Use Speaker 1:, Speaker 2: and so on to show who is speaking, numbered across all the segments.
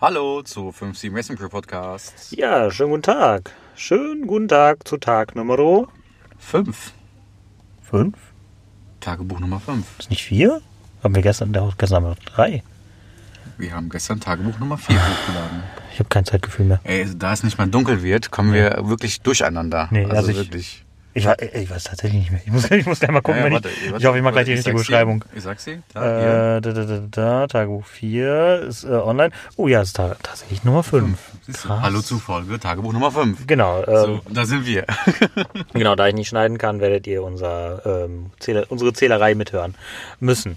Speaker 1: Hallo zu 57 Racing Crew Podcast.
Speaker 2: Ja, schönen guten Tag. Schönen guten Tag zu Tag Nummer
Speaker 1: 5.
Speaker 2: fünf.
Speaker 1: Tagebuch Nummer 5.
Speaker 2: Ist nicht vier? Haben wir gestern, da- gestern haben wir drei.
Speaker 1: Wir haben gestern Tagebuch Nummer 4 hochgeladen.
Speaker 2: Ich habe kein Zeitgefühl mehr.
Speaker 1: Ey, also da es nicht mal dunkel wird, kommen wir wirklich durcheinander.
Speaker 2: Nee,
Speaker 1: also,
Speaker 2: also ich-
Speaker 1: wirklich.
Speaker 2: Ich, wa- ich weiß tatsächlich nicht mehr. Ich muss, ich muss gleich mal gucken,
Speaker 1: Ja, ja,
Speaker 2: wenn
Speaker 1: warte,
Speaker 2: ich,
Speaker 1: warte,
Speaker 2: ich hoffe, ich mache
Speaker 1: warte,
Speaker 2: gleich die richtige
Speaker 1: sag's dir.
Speaker 2: Beschreibung.
Speaker 1: Ich sag's dir. Da, hier.
Speaker 2: Äh, da, da, da, da, Tagebuch 4 ist äh, online. Oh ja, ist ta tatsächlich Nummer 5.
Speaker 1: Siehst du? Hallo zu Folge Tagebuch Nummer 5.
Speaker 2: Genau, ähm,
Speaker 1: So, da sind wir.
Speaker 2: genau, da ich nicht schneiden kann, werdet ihr unser, ähm, Zähler, unsere Zählerei mithören müssen.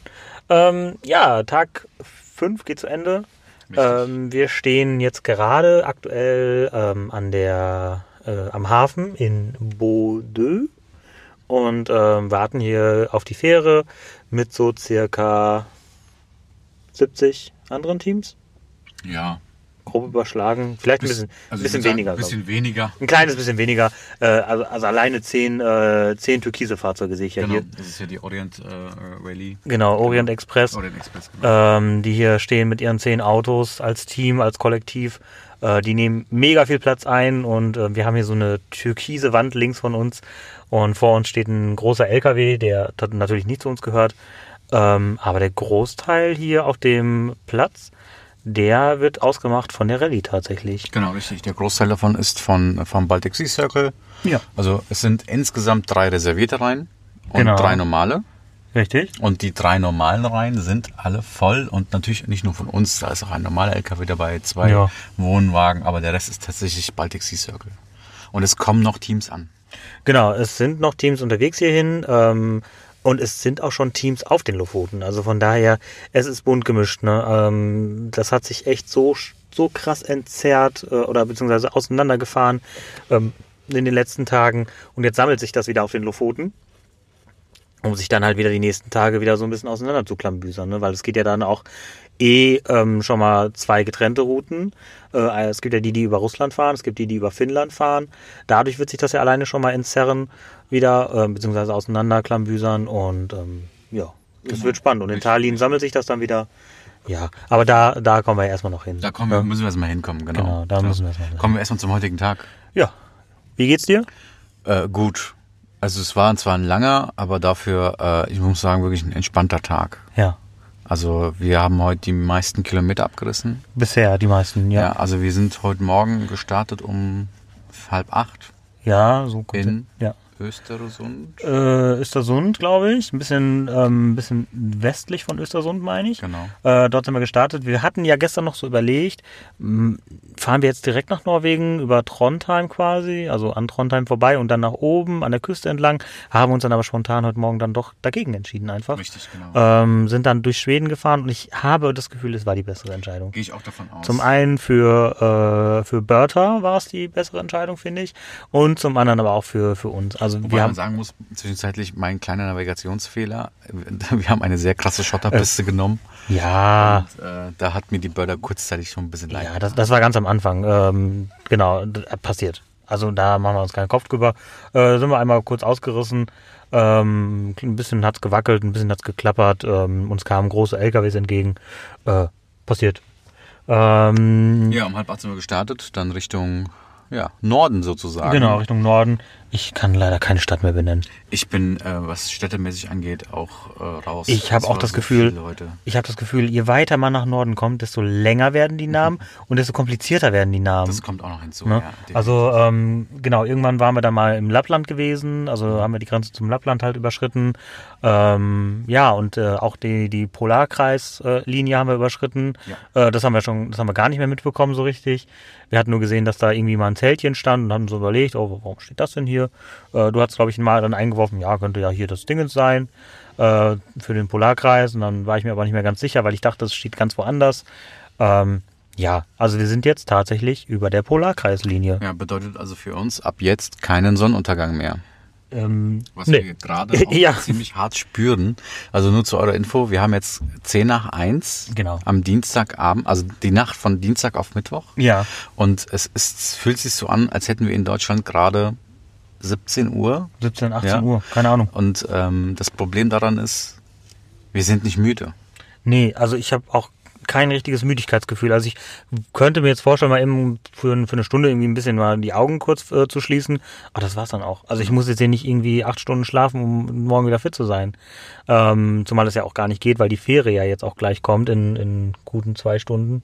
Speaker 2: Ähm, ja, Tag 5 geht zu Ende.
Speaker 1: Richtig.
Speaker 2: Ähm, wir stehen jetzt gerade aktuell ähm, an der, äh, am Hafen in Bordeaux und ähm, warten hier auf die Fähre mit so circa 70 anderen Teams.
Speaker 1: Ja.
Speaker 2: Grob überschlagen, vielleicht ein bisschen,
Speaker 1: Also ich
Speaker 2: bisschen
Speaker 1: würd sagen,
Speaker 2: weniger.
Speaker 1: Ein
Speaker 2: glaub ich.
Speaker 1: bisschen weniger.
Speaker 2: Ein kleines bisschen weniger. Äh, also, also alleine zehn, äh, zehn türkise Fahrzeuge sehe ich ja
Speaker 1: Genau.
Speaker 2: hier.
Speaker 1: Das ist ja die Orient äh, Rallye.
Speaker 2: Genau, Orient Express,
Speaker 1: Orient Express. Genau.
Speaker 2: ähm, die hier stehen mit ihren zehn Autos als Team, als Kollektiv. Äh, die nehmen mega viel Platz ein und äh, wir haben hier so eine türkise Wand links von uns und vor uns steht ein großer LKW, der tat- natürlich nicht zu uns gehört. Ähm, aber der Großteil hier auf dem Platz, der wird ausgemacht von der Rallye tatsächlich.
Speaker 1: Genau, richtig. Der Großteil davon ist von, vom Baltic Sea Circle.
Speaker 2: Ja.
Speaker 1: Also es sind insgesamt drei reservierte Reihen und
Speaker 2: Genau.
Speaker 1: drei normale.
Speaker 2: Richtig?
Speaker 1: Und die drei normalen Reihen sind alle voll und natürlich nicht nur von uns, da ist auch ein normaler LKW dabei, zwei
Speaker 2: Ja.
Speaker 1: Wohnwagen, aber der Rest ist tatsächlich Baltic Sea Circle. Und es kommen noch Teams an.
Speaker 2: Genau, es sind noch Teams unterwegs hierhin ähm, und es sind auch schon Teams auf den Lofoten. Also von daher, es ist bunt gemischt. Ne? Ähm, das hat sich echt so, sch- so krass entzerrt äh, oder beziehungsweise auseinandergefahren ähm, in den letzten Tagen und jetzt sammelt sich das wieder auf den Lofoten. Um sich dann halt wieder die nächsten Tage wieder so ein bisschen auseinander zu klambüsern, ne? weil es geht ja dann auch eh ähm, schon mal zwei getrennte Routen. Äh, es gibt ja die, die über Russland fahren, es gibt die, die über Finnland fahren. Dadurch wird sich das ja alleine schon mal entzerren wieder, ähm, beziehungsweise auseinanderklambüsern und ähm, ja, es wird spannend. Und in
Speaker 1: Richtig,
Speaker 2: Tallinn sammelt sich das dann wieder. Ja, aber da, da kommen wir ja erstmal noch hin.
Speaker 1: Da kommen wir, müssen wir erstmal hinkommen, genau.
Speaker 2: Genau, da müssen wir erstmal hin.
Speaker 1: Kommen wir erstmal zum heutigen Tag.
Speaker 2: Ja. Wie geht's dir?
Speaker 1: Äh, gut. Also es war zwar ein langer, aber dafür, äh, ich muss sagen, wirklich ein entspannter Tag.
Speaker 2: Ja.
Speaker 1: Also wir haben heute die meisten Kilometer abgerissen.
Speaker 2: Bisher die meisten,
Speaker 1: Ja,
Speaker 2: ja.
Speaker 1: also wir sind heute Morgen gestartet um halb acht
Speaker 2: Ja, so kommt
Speaker 1: in
Speaker 2: Ja.
Speaker 1: Östersund.
Speaker 2: Äh, Östersund, glaube ich. Ein bisschen, ähm, ein bisschen westlich von Östersund, meine ich.
Speaker 1: Genau.
Speaker 2: Äh, dort sind wir gestartet. Wir hatten ja gestern noch so überlegt, mh, fahren wir jetzt direkt nach Norwegen über Trondheim quasi, also an Trondheim vorbei und dann nach oben an der Küste entlang. Haben uns dann aber spontan heute Morgen dann doch dagegen entschieden einfach.
Speaker 1: Richtig, genau.
Speaker 2: Ähm, sind dann durch Schweden gefahren und ich habe das Gefühl, es war die bessere Entscheidung.
Speaker 1: Gehe ich auch davon aus.
Speaker 2: Zum einen für, äh, für Bertha war es die bessere Entscheidung, finde ich. Und zum anderen aber auch für, für uns. Also
Speaker 1: Wobei
Speaker 2: wir
Speaker 1: man
Speaker 2: haben.
Speaker 1: sagen muss, zwischenzeitlich mein kleiner Navigationsfehler. Wir haben eine sehr krasse Schotterpiste
Speaker 2: Äh,
Speaker 1: genommen.
Speaker 2: Ja.
Speaker 1: Und, äh, da hat mir die Börder kurzzeitig schon ein bisschen leid.
Speaker 2: ah. Ja, das, das war ganz am Anfang. Ähm, genau, d- passiert. Also da machen wir uns keinen Kopf drüber. Äh, sind wir einmal kurz ausgerissen. Ähm, ein bisschen hat's gewackelt, ein bisschen hat's geklappert. Ähm, uns kamen große LKWs entgegen. Äh, passiert. Ähm,
Speaker 1: ja, um halb acht sind wir gestartet, dann Richtung ja, Norden sozusagen.
Speaker 2: Genau, Richtung Norden. Ich kann leider keine Stadt mehr benennen.
Speaker 1: Ich bin, äh, was städtemäßig angeht, auch äh, raus.
Speaker 2: Ich habe
Speaker 1: Es
Speaker 2: auch
Speaker 1: war
Speaker 2: das
Speaker 1: so
Speaker 2: Gefühl,
Speaker 1: viel heute.
Speaker 2: ich habe das Gefühl, je weiter man nach Norden kommt, desto länger werden die Namen und desto komplizierter werden die Namen.
Speaker 1: Das kommt auch noch hinzu.
Speaker 2: Ne?
Speaker 1: Ja, definitiv.
Speaker 2: also ähm, genau, irgendwann waren wir dann mal im Lappland gewesen, also haben wir die Grenze zum Lappland halt überschritten. Ähm, ja, und äh, auch die, die Polarkreislinie haben wir überschritten. Äh, das haben wir schon, das haben wir gar nicht mehr mitbekommen so richtig. Wir hatten nur gesehen, dass da irgendwie mal ein Zeltchen stand und haben so überlegt, oh, warum steht das denn hier? Äh, du hast, glaube ich, mal dann eingeworfen, ja, könnte ja hier das Dingens sein äh, für den Polarkreis. Und dann war ich mir aber nicht mehr ganz sicher, weil ich dachte, das steht ganz woanders. Ähm, ja, also wir sind jetzt tatsächlich über der Polarkreislinie.
Speaker 1: ja, bedeutet also für uns ab jetzt keinen Sonnenuntergang mehr.
Speaker 2: Ähm,
Speaker 1: Was
Speaker 2: nee.
Speaker 1: wir gerade auch
Speaker 2: Ja.
Speaker 1: ziemlich hart spüren. Also nur zu eurer Info, wir haben jetzt 10 nach 1
Speaker 2: Genau.
Speaker 1: am Dienstagabend, also die Nacht von Dienstag auf Mittwoch.
Speaker 2: Ja.
Speaker 1: Und es ist, fühlt sich so an, als hätten wir in Deutschland gerade 17 Uhr.
Speaker 2: 17, 18
Speaker 1: Ja.
Speaker 2: Uhr, keine Ahnung.
Speaker 1: Und ähm, das Problem daran ist, wir sind nicht müde.
Speaker 2: Nee, also ich habe auch kein richtiges Müdigkeitsgefühl. Also ich könnte mir jetzt vorstellen, mal eben für, für eine Stunde irgendwie ein bisschen mal die Augen kurz äh, zu schließen. Aber das war's dann auch. Also ich muss jetzt hier nicht irgendwie acht Stunden schlafen, um morgen wieder fit zu sein. Ähm, zumal es ja auch gar nicht geht, weil die Fähre ja jetzt auch gleich kommt in, in guten zwei Stunden.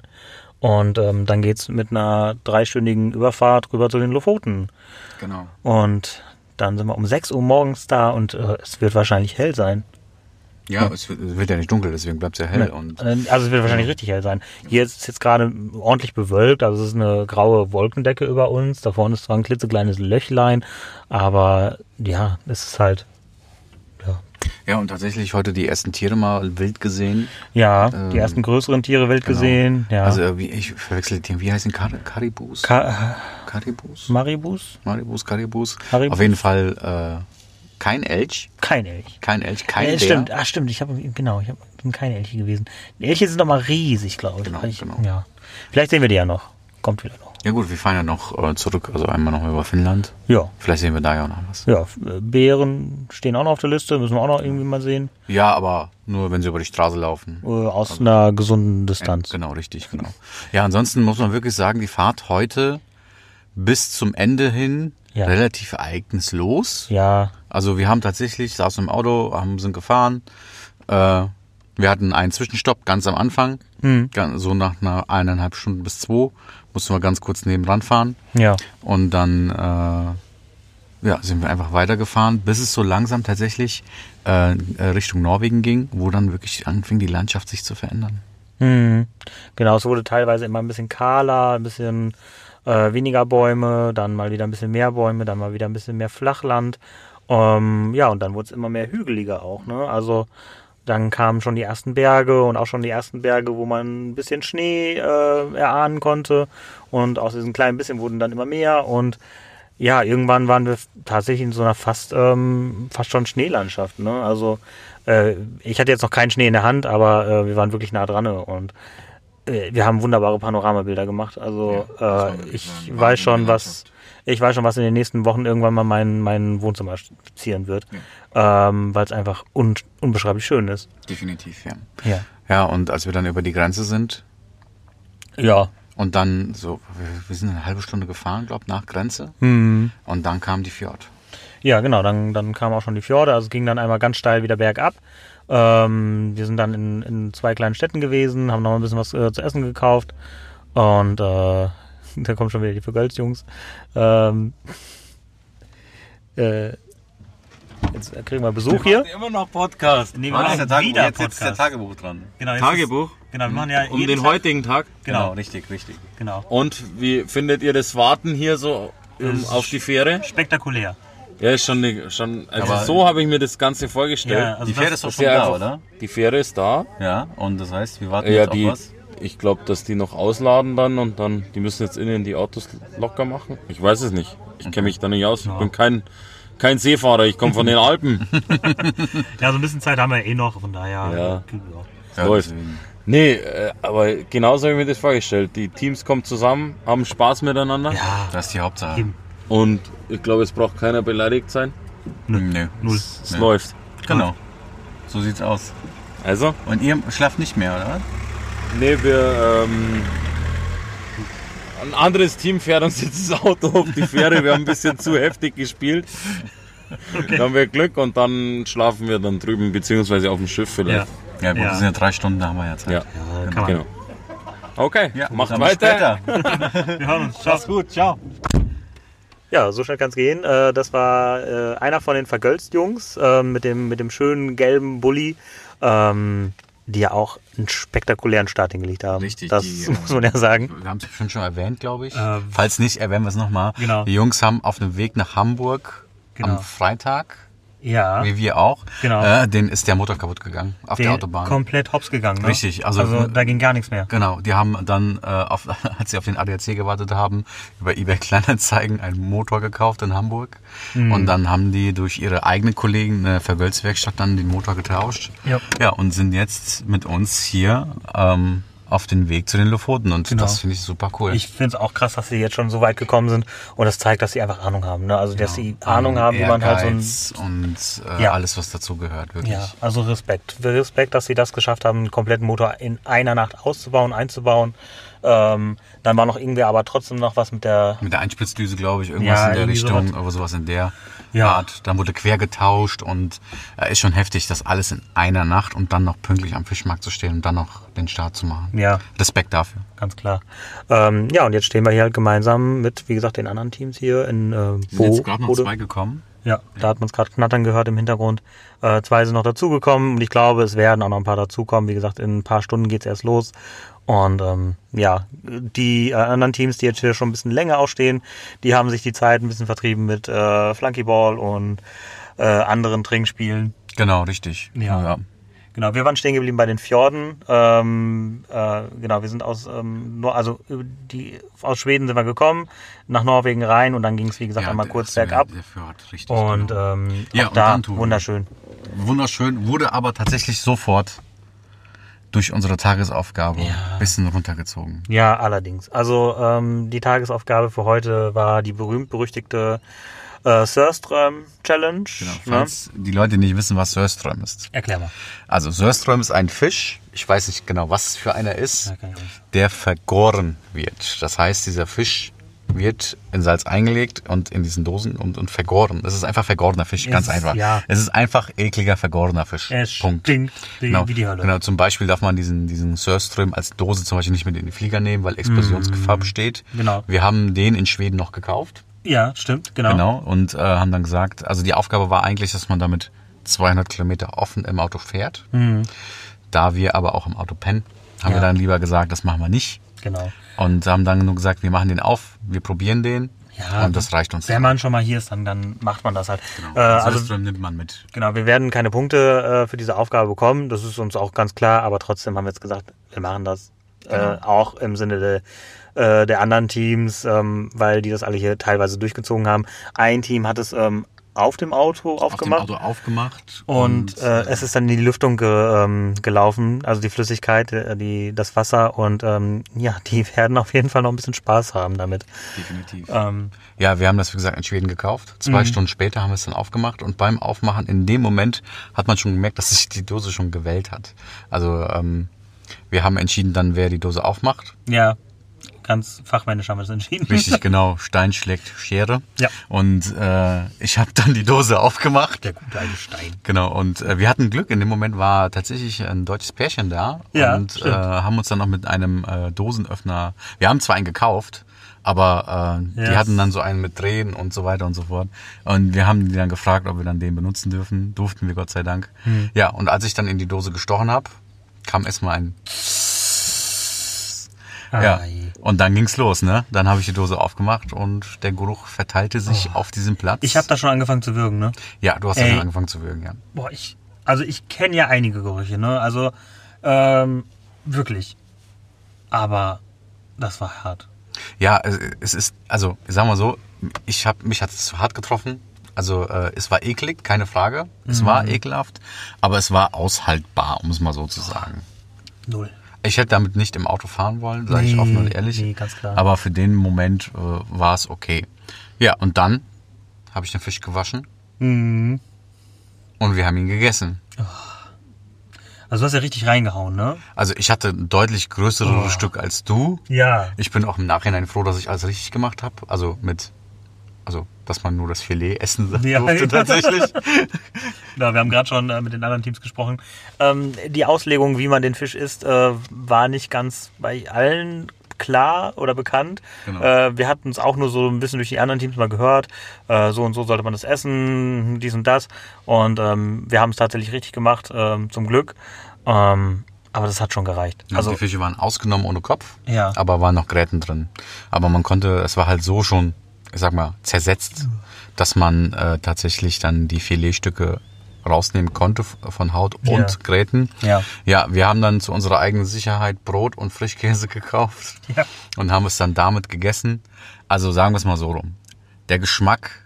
Speaker 2: Und ähm, dann geht's mit einer dreistündigen Überfahrt rüber zu den Lofoten.
Speaker 1: Genau.
Speaker 2: Und dann sind wir um 6 Uhr morgens da und äh, es wird wahrscheinlich hell sein.
Speaker 1: Ja, es wird, es wird ja nicht dunkel, deswegen bleibt es ja hell.
Speaker 2: Ne,
Speaker 1: Und
Speaker 2: äh, also es wird wahrscheinlich richtig hell sein. Hier ist es jetzt gerade ordentlich bewölkt, also es ist eine graue Wolkendecke über uns. Da vorne ist zwar ein klitzekleines Löchlein, aber ja, es ist halt.
Speaker 1: ja, und tatsächlich heute die ersten Tiere mal wild gesehen.
Speaker 2: Ja, die
Speaker 1: Ähm,
Speaker 2: ersten größeren Tiere wild
Speaker 1: genau.
Speaker 2: gesehen. Ja.
Speaker 1: Also äh, wie, ich verwechsel die Tiere. Wie heißen Kar Karibus?
Speaker 2: Ka äh,
Speaker 1: Karibus?
Speaker 2: Maribus?
Speaker 1: Maribus, Karibus.
Speaker 2: Karibus.
Speaker 1: Auf jeden Fall äh, kein Elch.
Speaker 2: Kein Elch.
Speaker 1: Kein Elch, kein
Speaker 2: Äh,
Speaker 1: Bär.
Speaker 2: stimmt, ah, stimmt, ich habe genau, ich hab, bin kein Elche gewesen. Die Elche sind doch mal riesig, glaube ich.
Speaker 1: Genau,
Speaker 2: ich
Speaker 1: genau.
Speaker 2: Ja. Vielleicht sehen wir die ja noch. Kommt wieder noch.
Speaker 1: Ja gut, wir fahren ja noch äh, zurück, also einmal noch über Finnland.
Speaker 2: Ja.
Speaker 1: Vielleicht sehen wir da ja auch noch was.
Speaker 2: Ja, F- äh, Bären stehen auch noch auf der Liste, müssen wir auch noch irgendwie mal sehen.
Speaker 1: Ja, aber nur, wenn sie über die Straße laufen.
Speaker 2: Äh, aus einer gesunden Distanz.
Speaker 1: Genau, richtig, genau. Ja, ansonsten muss man wirklich sagen, die Fahrt heute bis zum Ende hin
Speaker 2: Ja.
Speaker 1: relativ ereignislos.
Speaker 2: Ja,
Speaker 1: Also wir haben tatsächlich, saßen im Auto, haben, sind gefahren. Äh, wir hatten einen Zwischenstopp ganz am Anfang. Gan- So nach einer eineinhalb Stunden bis zwei mussten wir ganz kurz nebenan fahren.
Speaker 2: ja,
Speaker 1: Und dann äh, ja, sind wir einfach weitergefahren, bis es so langsam tatsächlich äh, äh, Richtung Norwegen ging, wo dann wirklich anfing, die Landschaft sich zu verändern.
Speaker 2: genau. Es wurde teilweise immer ein bisschen kahler, ein bisschen äh, weniger Bäume, dann mal wieder ein bisschen mehr Bäume, dann mal wieder ein bisschen mehr Flachland. Ähm, ja, und dann wurde es immer mehr hügeliger auch. Ne? Also dann kamen schon die ersten Berge und auch schon die ersten Berge, wo man ein bisschen Schnee äh, erahnen konnte. Und aus diesem kleinen bisschen wurden dann immer mehr. Und ja, irgendwann waren wir tatsächlich in so einer fast, ähm, fast schon Schneelandschaft. Ne? Also äh, ich hatte jetzt noch keinen Schnee in der Hand, aber äh, wir waren wirklich nah dran und äh, wir haben wunderbare Panoramabilder gemacht.
Speaker 1: Ja,
Speaker 2: Also
Speaker 1: das
Speaker 2: äh,
Speaker 1: war wirklich
Speaker 2: ich
Speaker 1: eine
Speaker 2: weiß schon,
Speaker 1: wahnsinnige
Speaker 2: was
Speaker 1: Landschaft.
Speaker 2: ich weiß schon, was in den nächsten Wochen irgendwann mal mein, mein Wohnzimmer zieren wird, ähm, weil es einfach un unbeschreiblich schön ist.
Speaker 1: Definitiv, ja.
Speaker 2: Ja.
Speaker 1: Ja, und als wir dann über die Grenze sind
Speaker 2: Ja.
Speaker 1: und dann so, wir, wir sind eine halbe Stunde gefahren, glaube nach Grenze.
Speaker 2: Hm.
Speaker 1: Und dann kam die Fjord.
Speaker 2: Ja, genau, dann, dann kamen auch schon die Fjorde, also es ging dann einmal ganz steil wieder bergab. Ähm, wir sind dann in, in zwei kleinen Städten gewesen, haben noch ein bisschen was äh, zu essen gekauft und äh, da kommen schon wieder die Vergölz-Jungs. Ähm, äh, jetzt kriegen wir Besuch hier.
Speaker 3: Immer noch Podcast.
Speaker 2: Nee, wir
Speaker 3: Wann
Speaker 2: machen
Speaker 3: ist der Tagebuch?
Speaker 2: wieder
Speaker 3: Jetzt, jetzt ist der
Speaker 2: Podcast.
Speaker 3: Tagebuch dran.
Speaker 2: Genau, jetzt
Speaker 3: Tagebuch?
Speaker 2: ist- genau, wir machen ja
Speaker 3: Um
Speaker 2: jeden
Speaker 3: den
Speaker 2: Tag-
Speaker 3: heutigen Tag.
Speaker 2: Genau.
Speaker 1: richtig, richtig.
Speaker 2: Genau,
Speaker 3: Und wie findet ihr das Warten hier so ähm,
Speaker 2: ist
Speaker 3: auf die Fähre?
Speaker 2: spektakulär.
Speaker 3: Ja, ist schon, eine- schon also
Speaker 1: Aber-
Speaker 3: so habe ich mir das Ganze vorgestellt.
Speaker 2: Ja, also
Speaker 1: die
Speaker 2: das-
Speaker 1: Pferde ist doch
Speaker 3: Dass
Speaker 1: schon
Speaker 3: ihr
Speaker 1: da,
Speaker 3: einfach-
Speaker 1: oder?
Speaker 3: Die Fähre ist da.
Speaker 1: Ja, und das heißt, wir warten
Speaker 3: Ja,
Speaker 1: jetzt
Speaker 3: die,
Speaker 1: auf was.
Speaker 3: ich glaube, dass die noch ausladen dann und dann, die müssen jetzt innen die Autos locker machen. Ich weiß es nicht. Ich kenne mich da nicht aus. Ich bin kein, kein Seefahrer. Ich komme von den Alpen.
Speaker 2: Ja, so ein bisschen Zeit haben wir eh noch, von daher. Ja.
Speaker 1: Ja,
Speaker 3: läuft.
Speaker 1: deswegen.
Speaker 3: Nee, äh, aber genauso habe ich mir das vorgestellt. Die Teams kommen zusammen, haben Spaß miteinander
Speaker 2: Ja,
Speaker 1: Das ist die Hauptsache.
Speaker 2: Eben.
Speaker 3: und ich glaube, es braucht keiner beleidigt sein.
Speaker 1: Nö.
Speaker 2: null.
Speaker 3: Es
Speaker 1: Ja.
Speaker 3: läuft.
Speaker 1: Genau. So sieht's aus.
Speaker 3: Also,
Speaker 1: Und ihr schlaft nicht mehr, oder?
Speaker 3: nee, wir. Ähm, ein anderes Team fährt uns jetzt das Auto auf die Fähre. Wir haben ein bisschen zu heftig gespielt. Dann haben wir Glück und dann schlafen wir dann drüben, beziehungsweise auf dem Schiff vielleicht.
Speaker 1: Ja, gut,
Speaker 2: Ja.
Speaker 1: das sind ja drei Stunden, da haben wir ja Zeit.
Speaker 3: Ja,
Speaker 2: Ja, kann man.
Speaker 3: genau. Okay,
Speaker 1: Ja,
Speaker 3: macht
Speaker 1: dann bis
Speaker 3: weiter.
Speaker 1: später.
Speaker 2: Wir hören uns. Ciao.
Speaker 1: Gut, ciao.
Speaker 2: Ja, so schnell kann es gehen. Äh, das war äh, einer von den Vergölzt-Jungs äh, mit, dem, mit dem schönen gelben Bulli, ähm, die ja auch einen spektakulären Start hingelegt haben.
Speaker 1: Richtig,
Speaker 2: Das
Speaker 1: die, äh,
Speaker 2: muss man ja sagen.
Speaker 1: Wir haben es schon schon erwähnt, glaube ich.
Speaker 2: Ähm.
Speaker 1: Falls nicht, erwähnen wir es nochmal.
Speaker 2: Genau.
Speaker 1: Die Jungs haben auf dem Weg nach Hamburg
Speaker 2: Genau.
Speaker 1: am Freitag,
Speaker 2: Ja,
Speaker 1: wie wir auch,
Speaker 2: Genau.
Speaker 1: äh, den ist der Motor kaputt gegangen auf der Autobahn.
Speaker 2: komplett hops gegangen. Ne?
Speaker 1: Richtig, also-
Speaker 2: also da ging gar nichts mehr.
Speaker 1: Genau, die haben dann, äh, auf, als sie auf den ADAC gewartet haben, über eBay Kleinanzeigen einen Motor gekauft in Hamburg.
Speaker 2: Mhm.
Speaker 1: Und dann haben die durch ihre eigenen Kollegen in der Vergölzwerkstatt dann den Motor getauscht.
Speaker 2: Ja.
Speaker 1: Ja, und sind jetzt mit uns hier ähm, auf den Weg zu den Lofoten. Und
Speaker 2: Genau.
Speaker 1: das finde ich super cool.
Speaker 2: Ich finde es auch krass, dass sie jetzt schon so weit gekommen sind und das zeigt, dass sie einfach Ahnung haben. Ne? Also, dass sie
Speaker 1: Mhm.
Speaker 2: Ahnung haben, wie man halt so ein.
Speaker 1: Ehrgeiz Und äh,
Speaker 2: Ja.
Speaker 1: alles, was dazu gehört, wirklich.
Speaker 2: Ja, also Respekt. Respekt, dass sie das geschafft haben, einen kompletten Motor in einer Nacht auszubauen, einzubauen. Ähm, dann war noch irgendwie aber trotzdem noch was mit der.
Speaker 1: Mit der Einspritzdüse, glaube ich, irgendwas
Speaker 2: Ja,
Speaker 1: in der
Speaker 2: irgendwie
Speaker 1: Richtung,
Speaker 2: sowas.
Speaker 1: aber sowas in der
Speaker 2: Ja.
Speaker 1: Art. Dann wurde quer getauscht und äh, ist schon heftig, das alles in einer Nacht und dann noch pünktlich am Fischmarkt zu stehen und dann noch den Start zu machen.
Speaker 2: Ja,
Speaker 1: Respekt dafür.
Speaker 2: ganz klar. Ähm, ja, und jetzt stehen wir hier halt gemeinsam mit, wie gesagt, den anderen Teams hier in äh, Bo. Bode-
Speaker 1: gekommen.
Speaker 2: Ja, da hat man es gerade knattern gehört im Hintergrund. Äh, zwei sind noch dazugekommen und ich glaube, es werden auch noch ein paar dazukommen. Wie gesagt, in ein paar Stunden geht's erst los. Und ähm, ja, die äh, anderen Teams, die jetzt hier schon ein bisschen länger ausstehen, die haben sich die Zeit ein bisschen vertrieben mit äh, Flunkyball und äh, anderen Trinkspielen.
Speaker 1: Genau, richtig.
Speaker 2: Ja. Genau, wir waren stehen geblieben bei den Fjorden. Ähm, äh, genau, wir sind aus, ähm, Nor- also über die, aus Schweden sind wir gekommen, nach Norwegen rein und dann ging's wie gesagt,
Speaker 1: Ja,
Speaker 2: einmal
Speaker 1: der-
Speaker 2: kurz
Speaker 1: der-
Speaker 2: bergab.
Speaker 1: der Fjord, richtig,
Speaker 2: Und äh,
Speaker 1: genau.
Speaker 2: ähm,
Speaker 1: Ja,
Speaker 2: auch
Speaker 1: und
Speaker 2: da
Speaker 1: dann Tour.
Speaker 2: wunderschön.
Speaker 1: wunderschön, wurde aber tatsächlich sofort durch unsere Tagesaufgabe
Speaker 2: Ja.
Speaker 1: ein bisschen runtergezogen.
Speaker 2: Ja, allerdings. Also ähm, die Tagesaufgabe für heute war die berühmt-berüchtigte äh, Sörström Challenge.
Speaker 1: Genau,
Speaker 2: ne?
Speaker 1: Falls die Leute nicht wissen, was Sörström ist.
Speaker 2: Erklär mal.
Speaker 1: Also Sörström ist ein Fisch, ich weiß nicht genau, was es für einer ist,
Speaker 2: Ja, kann ich auch nicht.
Speaker 1: der vergoren wird. Das heißt, dieser Fisch wird in Salz eingelegt und in diesen Dosen und, und vergoren. Es ist einfach vergorener Fisch, ganz
Speaker 2: ist-
Speaker 1: einfach.
Speaker 2: ja.
Speaker 1: Es ist einfach ekliger vergorener Fisch.
Speaker 2: Es
Speaker 1: Punkt.
Speaker 2: stinkt wie-
Speaker 1: genau.
Speaker 2: wie die Hölle.
Speaker 1: Genau, zum Beispiel darf man diesen, diesen Sörström als Dose zum Beispiel nicht mit in den Flieger nehmen, weil Explosionsgefahr besteht.
Speaker 2: genau.
Speaker 1: Wir haben den in Schweden noch gekauft.
Speaker 2: Ja, stimmt, genau.
Speaker 1: Genau. Und äh, haben dann gesagt, also die Aufgabe war eigentlich, dass man damit 200 Kilometer offen im Auto fährt. Da wir aber auch im Auto pennen, haben
Speaker 2: Mhm.
Speaker 1: wir
Speaker 2: Ja.
Speaker 1: dann lieber gesagt, das machen wir nicht.
Speaker 2: genau.
Speaker 1: Und haben dann nur gesagt, wir machen den auf, wir probieren den.
Speaker 2: Ja,
Speaker 1: und das reicht uns.
Speaker 2: Wenn
Speaker 1: dann.
Speaker 2: man schon mal hier ist, dann, dann macht man das halt. Äh,
Speaker 1: Das
Speaker 2: also
Speaker 1: Sölström nimmt man mit.
Speaker 2: Genau, wir werden keine Punkte äh, für diese Aufgabe bekommen, das ist uns auch ganz klar, aber trotzdem haben wir jetzt gesagt, wir machen das. Äh, auch im Sinne der, äh, der anderen Teams, ähm, weil die das alle hier teilweise durchgezogen haben. Ein Team hat es ähm, auf dem Auto aufgemacht.
Speaker 1: Auf dem Auto aufgemacht.
Speaker 2: Und äh, es ist dann in die Lüftung ge, ähm, gelaufen, also die Flüssigkeit, äh, die, das Wasser. Und ähm, ja, die werden auf jeden Fall noch ein bisschen Spaß haben damit.
Speaker 1: definitiv.
Speaker 2: Ähm,
Speaker 1: Ja, wir haben das, wie gesagt, in Schweden gekauft. Zwei
Speaker 2: Mhm.
Speaker 1: Stunden später haben wir es dann aufgemacht und beim Aufmachen in dem Moment hat man schon gemerkt, dass sich die Dose schon gewellt hat. Also ähm, wir haben entschieden dann, wer die Dose aufmacht.
Speaker 2: ja, ganz fachmännisch haben wir es entschieden.
Speaker 1: Richtig, genau. Stein schlägt Schere.
Speaker 2: Ja.
Speaker 1: Und äh, ich habe dann die Dose aufgemacht.
Speaker 2: Der gute alte Stein.
Speaker 1: Genau, und äh, wir hatten Glück. In dem Moment war tatsächlich ein deutsches Pärchen da
Speaker 2: Ja,
Speaker 1: und äh,
Speaker 2: stimmt.
Speaker 1: haben uns dann noch mit einem äh, Dosenöffner. Wir haben zwar einen gekauft, aber äh, die
Speaker 2: Yes.
Speaker 1: hatten dann so einen mit Drehen und so weiter und so fort. Und wir haben die dann gefragt, ob wir dann den benutzen dürfen. Durften wir Gott sei Dank.
Speaker 2: Hm.
Speaker 1: Ja, und als ich dann in die Dose gestochen habe, kam erstmal ein. Ja.
Speaker 2: Ai.
Speaker 1: Und dann ging's los, ne? Dann habe ich die Dose aufgemacht und der Geruch verteilte sich auf diesem Platz.
Speaker 2: Oh. Ich habe da schon angefangen zu würgen, ne?
Speaker 1: ja, du hast
Speaker 2: Ey.
Speaker 1: dann angefangen zu würgen, ja.
Speaker 2: Boah, ich. Also ich kenne ja einige Gerüche, ne? Also, ähm, wirklich. Aber das war hart.
Speaker 1: Ja, es- es ist, also sagen wir so, ich hab, mich hat es zu hart getroffen. Also äh, es war eklig, keine Frage. Es
Speaker 2: Mhm.
Speaker 1: war ekelhaft, aber es war aushaltbar, um es mal so zu sagen.
Speaker 2: Null.
Speaker 1: Ich hätte damit nicht im Auto fahren wollen, sage ich
Speaker 2: Nee,
Speaker 1: offen und ehrlich.
Speaker 2: nee, ganz klar.
Speaker 1: Aber für den Moment äh, war es okay. Ja, und dann habe ich den Fisch gewaschen
Speaker 2: Mhm.
Speaker 1: und wir haben ihn gegessen.
Speaker 2: Also du hast ja richtig reingehauen, ne?
Speaker 1: Also ich hatte ein deutlich
Speaker 2: Oh.
Speaker 1: größeres Stück als du.
Speaker 2: Ja.
Speaker 1: Ich bin auch im Nachhinein froh, dass ich alles richtig gemacht habe. Also mit, also dass man nur das Filet essen
Speaker 2: Ja.
Speaker 1: durfte tatsächlich. Also
Speaker 2: Ja, wir haben gerade schon äh, mit den anderen Teams gesprochen. Ähm, die Auslegung, wie man den Fisch isst, äh, war nicht ganz bei allen klar oder bekannt.
Speaker 1: Genau.
Speaker 2: Äh, wir hatten es auch nur so ein bisschen durch die anderen Teams mal gehört. Äh, so und so sollte man das essen, dies und das. Und ähm, wir haben es tatsächlich richtig gemacht, ähm, zum Glück. Ähm, aber das hat schon gereicht.
Speaker 1: Also
Speaker 2: Also
Speaker 1: die Fische waren ausgenommen ohne Kopf,
Speaker 2: Ja.
Speaker 1: aber waren noch Gräten drin. Aber man konnte, es war halt so schon, ich sag mal, zersetzt,
Speaker 2: Mhm.
Speaker 1: dass man äh, tatsächlich dann die Filetstücke rausnehmen konnte f- von Haut und
Speaker 2: Ja.
Speaker 1: Gräten.
Speaker 2: Ja.
Speaker 1: ja, wir haben dann zu unserer eigenen Sicherheit Brot und Frischkäse gekauft
Speaker 2: Ja.
Speaker 1: und haben es dann damit gegessen. Also sagen wir es mal so rum. Der Geschmack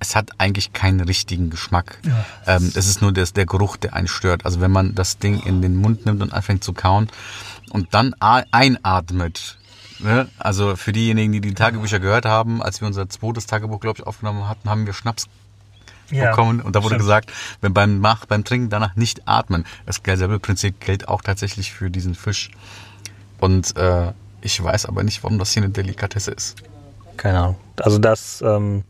Speaker 1: es hat eigentlich keinen richtigen Geschmack. Ähm, es ist nur der, der Geruch, der einen stört. Also wenn man das Ding in den Mund nimmt und anfängt zu kauen und dann a- einatmet. Ne? Also für diejenigen, die die Tagebücher gehört haben, als wir unser zweites Tagebuch, glaube ich, aufgenommen hatten, haben wir Schnaps
Speaker 2: Ja,
Speaker 1: bekommen und da wurde
Speaker 2: stimmt.
Speaker 1: gesagt, wenn beim Mach, beim Trinken danach nicht atmen. Das selbe Prinzip gilt auch tatsächlich für diesen Fisch. Und äh, ich weiß aber nicht, warum das hier eine Delikatesse ist.
Speaker 2: Keine Ahnung. Also das ähm,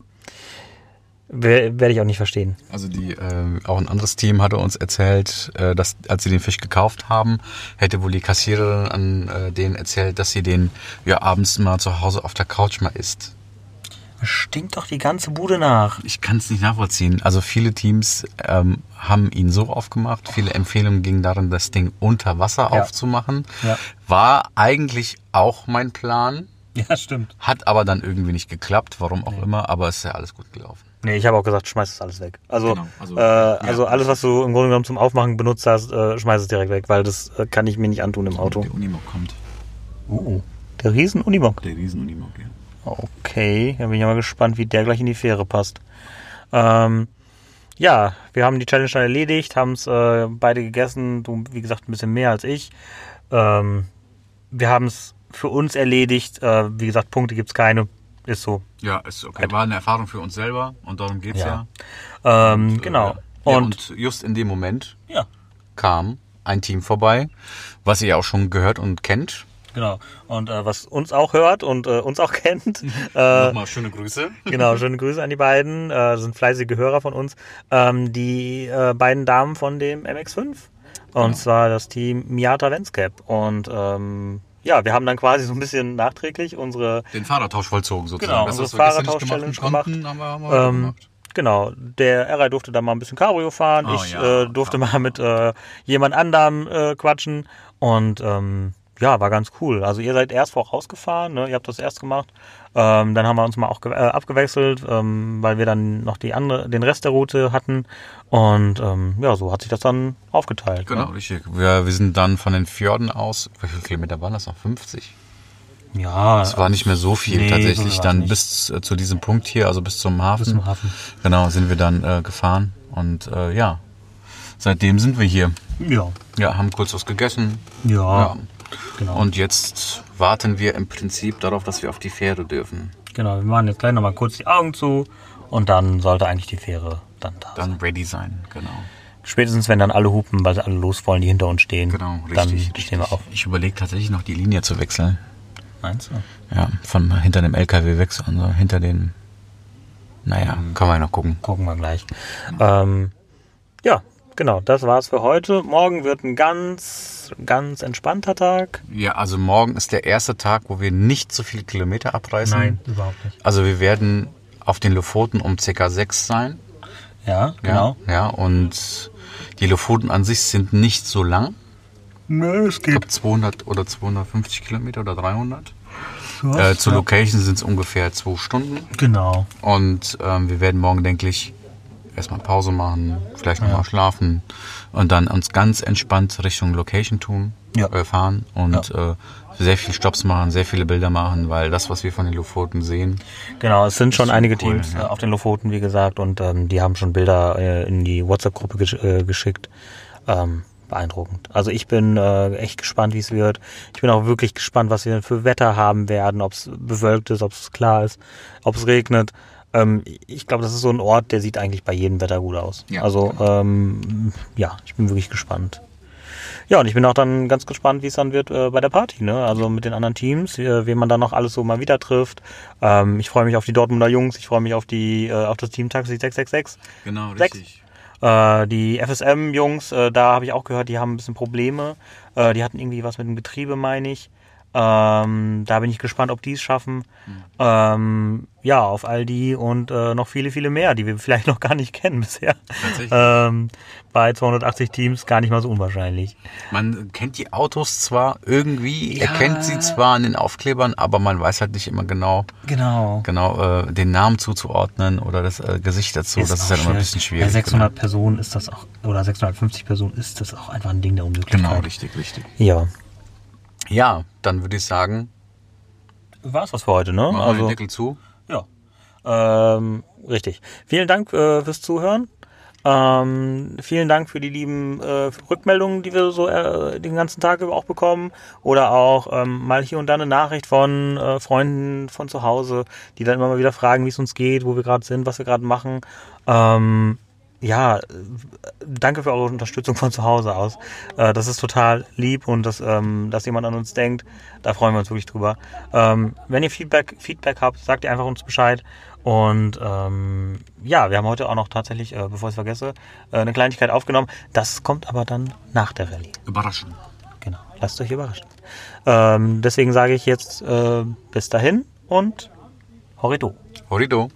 Speaker 2: wer- werde ich auch nicht verstehen.
Speaker 1: Also die, äh, auch ein anderes Team hatte uns erzählt, äh, dass als sie den Fisch gekauft haben, hätte wohl die Kassiererin an äh, denen erzählt, dass sie den ja abends mal zu Hause auf der Couch mal isst.
Speaker 2: Stinkt doch die ganze Bude nach.
Speaker 1: Ich kann es nicht nachvollziehen. Also viele Teams ähm, haben ihn so aufgemacht. Viele Empfehlungen gingen darin, das Ding unter Wasser
Speaker 2: Ja.
Speaker 1: aufzumachen.
Speaker 2: Ja.
Speaker 1: War eigentlich auch mein Plan,
Speaker 2: Ja, stimmt.
Speaker 1: hat aber dann irgendwie nicht geklappt, warum auch immer, aber ist ja alles gut gelaufen.
Speaker 2: Nee, ich habe auch gesagt, schmeiß das alles weg. Also,
Speaker 1: Genau, also-
Speaker 2: also, äh, also alles, was du im Grunde genommen zum Aufmachen benutzt hast, äh, schmeiß es direkt weg, weil das äh, kann ich mir nicht antun im Auto.
Speaker 1: Unimog kommt.
Speaker 2: Uh, der riesen Unimog.
Speaker 1: Der Riesen-Unimog, ja.
Speaker 2: Okay, dann bin ich ja mal gespannt, wie der gleich in die Fähre passt. Ähm, ja, wir haben die Challenge dann erledigt, haben es äh, beide gegessen, du wie gesagt ein bisschen mehr als ich. Ähm, wir haben es für uns erledigt, äh, wie gesagt, Punkte gibt's keine, ist so.
Speaker 1: Ja, ist okay. War eine Erfahrung für uns selber und darum geht's ja.
Speaker 2: Ja. Ähm,
Speaker 1: Und, äh,
Speaker 2: genau.
Speaker 1: Ja. Ja,
Speaker 2: Und,
Speaker 1: und just in dem Moment
Speaker 2: ja,
Speaker 1: kam ein Team vorbei, was ihr auch schon gehört und kennt.
Speaker 2: genau. Und äh, was uns auch hört und äh, uns auch kennt, äh,
Speaker 1: Nochmal schöne Grüße.
Speaker 2: Genau, schöne Grüße an die beiden. Äh, sind fleißige Hörer von uns. Ähm, die äh, beiden Damen von dem MX5. Und zwar das Team Miata Venscap. Und ähm, ja, wir haben dann quasi so ein bisschen nachträglich unsere
Speaker 1: Den Fahrertausch vollzogen sozusagen.
Speaker 2: Genau,
Speaker 1: das, was
Speaker 2: unsere
Speaker 1: wir gestern nicht
Speaker 2: Fahrertausch-Challenge
Speaker 1: konnten, haben wir, haben wir heute
Speaker 2: ähm,
Speaker 1: gemacht.
Speaker 2: genau, der RI durfte da mal ein bisschen Cabrio fahren,
Speaker 1: Oh,
Speaker 2: ich
Speaker 1: ja,
Speaker 2: äh, durfte
Speaker 1: ja.
Speaker 2: mal mit äh, jemand anderem äh, quatschen und ähm, ja, war ganz cool. Also ihr seid erst vorausgefahren, ne? ihr habt das erst gemacht, ähm, dann haben wir uns mal auch ge- äh, abgewechselt, ähm, weil wir dann noch die andere, den Rest der Route hatten und ähm, ja, so hat sich das dann aufgeteilt.
Speaker 1: Genau,
Speaker 2: Ne?
Speaker 1: richtig. Wir, wir sind dann von den Fjorden aus, wie viele Kilometer waren das noch? 50?
Speaker 2: Ja,
Speaker 1: Es war nicht mehr so viel
Speaker 2: Nee, so
Speaker 1: tatsächlich.
Speaker 2: war's
Speaker 1: Dann
Speaker 2: nicht.
Speaker 1: bis äh, zu diesem Punkt hier, also bis zum Hafen.
Speaker 2: zum Hafen.
Speaker 1: Genau, sind wir dann äh, gefahren und äh, ja, seitdem sind wir hier.
Speaker 2: ja,
Speaker 1: Ja, haben kurz was gegessen.
Speaker 2: ja,
Speaker 1: Ja.
Speaker 2: genau.
Speaker 1: Und jetzt warten wir im Prinzip darauf, dass wir auf die Fähre dürfen.
Speaker 2: genau. Wir machen jetzt gleich nochmal kurz die Augen zu und dann sollte eigentlich die Fähre dann da sein.
Speaker 1: Dann ready sein, genau.
Speaker 2: Spätestens, wenn dann alle hupen, weil sie alle los wollen, die hinter uns stehen.
Speaker 1: Genau,
Speaker 2: dann stehen wir auf.
Speaker 1: Ich überlege tatsächlich noch die Linie zu wechseln.
Speaker 2: Meinst du?
Speaker 1: Ja, von hinter dem LKW wechseln, so hinter den. Naja, kann man ja noch gucken.
Speaker 2: Gucken wir gleich. Ähm, ja, genau. Das war's für heute. Morgen wird ein ganz, ganz entspannter Tag.
Speaker 1: Ja, also morgen ist der erste Tag, wo wir nicht so viele Kilometer abreißen.
Speaker 2: überhaupt nicht.
Speaker 1: Also wir werden auf den Lofoten um ca. 6 sein.
Speaker 2: Ja,
Speaker 1: Ja,
Speaker 2: genau.
Speaker 1: Ja, und die Lofoten an sich sind nicht so lang.
Speaker 2: Nö, es
Speaker 1: Ich
Speaker 2: geht.
Speaker 1: glaube 200 oder 250 Kilometer oder 300.
Speaker 2: Was?
Speaker 1: Äh, zur Location sind es ungefähr zwei Stunden.
Speaker 2: Genau.
Speaker 1: Und ähm, wir werden morgen, denke ich, erstmal Pause machen, vielleicht nochmal mal schlafen und dann uns ganz entspannt Richtung Location tun,
Speaker 2: Ja.
Speaker 1: äh, fahren und äh, sehr viel Stops machen, sehr viele Bilder machen, weil das, was wir von den Lofoten sehen,
Speaker 2: Genau, es sind schon
Speaker 1: schon
Speaker 2: einige
Speaker 1: cool,
Speaker 2: Teams
Speaker 1: ja.
Speaker 2: äh, auf den Lofoten, wie gesagt, und ähm, die haben schon Bilder äh, in die WhatsApp-Gruppe gesch äh, geschickt. Ähm, beeindruckend. Also ich bin äh, echt gespannt, wie es wird. Ich bin auch wirklich gespannt, was wir für Wetter haben werden, ob es bewölkt ist, ob es klar ist, ob es regnet. Ähm, ich glaube, das ist so ein Ort, der sieht eigentlich bei jedem Wetter gut aus.
Speaker 1: Ja,
Speaker 2: also ähm, ja, ich bin wirklich gespannt. Ja, und ich bin auch dann ganz gespannt, wie es dann wird äh, bei der Party, ne? Also mit den anderen Teams, äh, wen man dann noch alles so mal wieder trifft. Ähm, ich freue mich auf die Dortmunder Jungs, ich freue mich auf die äh, auf das Team Taxi 666.
Speaker 1: genau
Speaker 2: Sechs.
Speaker 1: richtig.
Speaker 2: Äh, die FSM Jungs, äh, da habe ich auch gehört, die haben ein bisschen Probleme. Äh, die hatten irgendwie was mit dem Getriebe, meine ich. Ähm, da bin ich gespannt, ob die es schaffen.
Speaker 1: Mhm.
Speaker 2: Ähm, ja, auf all die und äh, noch viele, viele mehr, die wir vielleicht noch gar nicht kennen bisher.
Speaker 1: Tatsächlich.
Speaker 2: Ähm, bei 280 Teams gar nicht mal so unwahrscheinlich.
Speaker 1: Man kennt die Autos zwar irgendwie,
Speaker 2: Ja.
Speaker 1: erkennt sie zwar an den Aufklebern, aber man weiß halt nicht immer genau,
Speaker 2: Genau.
Speaker 1: genau äh, den Namen zuzuordnen oder das äh, Gesicht dazu. das ist
Speaker 2: auch
Speaker 1: halt immer ein bisschen schwierig. genau.
Speaker 2: Bei 600 Personen ist das auch, oder 650 Personen ist das auch einfach ein Ding der
Speaker 1: genau. genau,
Speaker 2: Unmöglichkeit.
Speaker 1: richtig, richtig.
Speaker 2: Ja.
Speaker 1: Ja, dann würde ich sagen,
Speaker 2: War's was für heute, ne?
Speaker 1: machen wir den
Speaker 2: Also,
Speaker 1: Deckel zu.
Speaker 2: ja. Ähm, Richtig. Vielen Dank äh, fürs Zuhören. Ähm, vielen Dank für die lieben äh, Rückmeldungen, die wir so äh, den ganzen Tag über auch bekommen. Oder auch ähm, mal hier und da eine Nachricht von äh, Freunden von zu Hause, die dann immer mal wieder fragen, wie es uns geht, wo wir gerade sind, was wir gerade machen. Ähm, ja, äh, danke für eure Unterstützung von zu Hause aus. Äh, das ist total lieb und dass, ähm, dass jemand an uns denkt, da freuen wir uns wirklich drüber. Ähm, wenn ihr Feedback, Feedback habt, sagt ihr einfach uns Bescheid. Und ähm, ja, wir haben heute auch noch tatsächlich, äh, bevor ich es vergesse, äh, eine Kleinigkeit aufgenommen. Das kommt aber dann nach der Rallye.
Speaker 1: Überraschend.
Speaker 2: Genau, lasst euch überraschen. Ähm, deswegen sage ich jetzt äh, bis dahin und Horrido.
Speaker 1: Horido.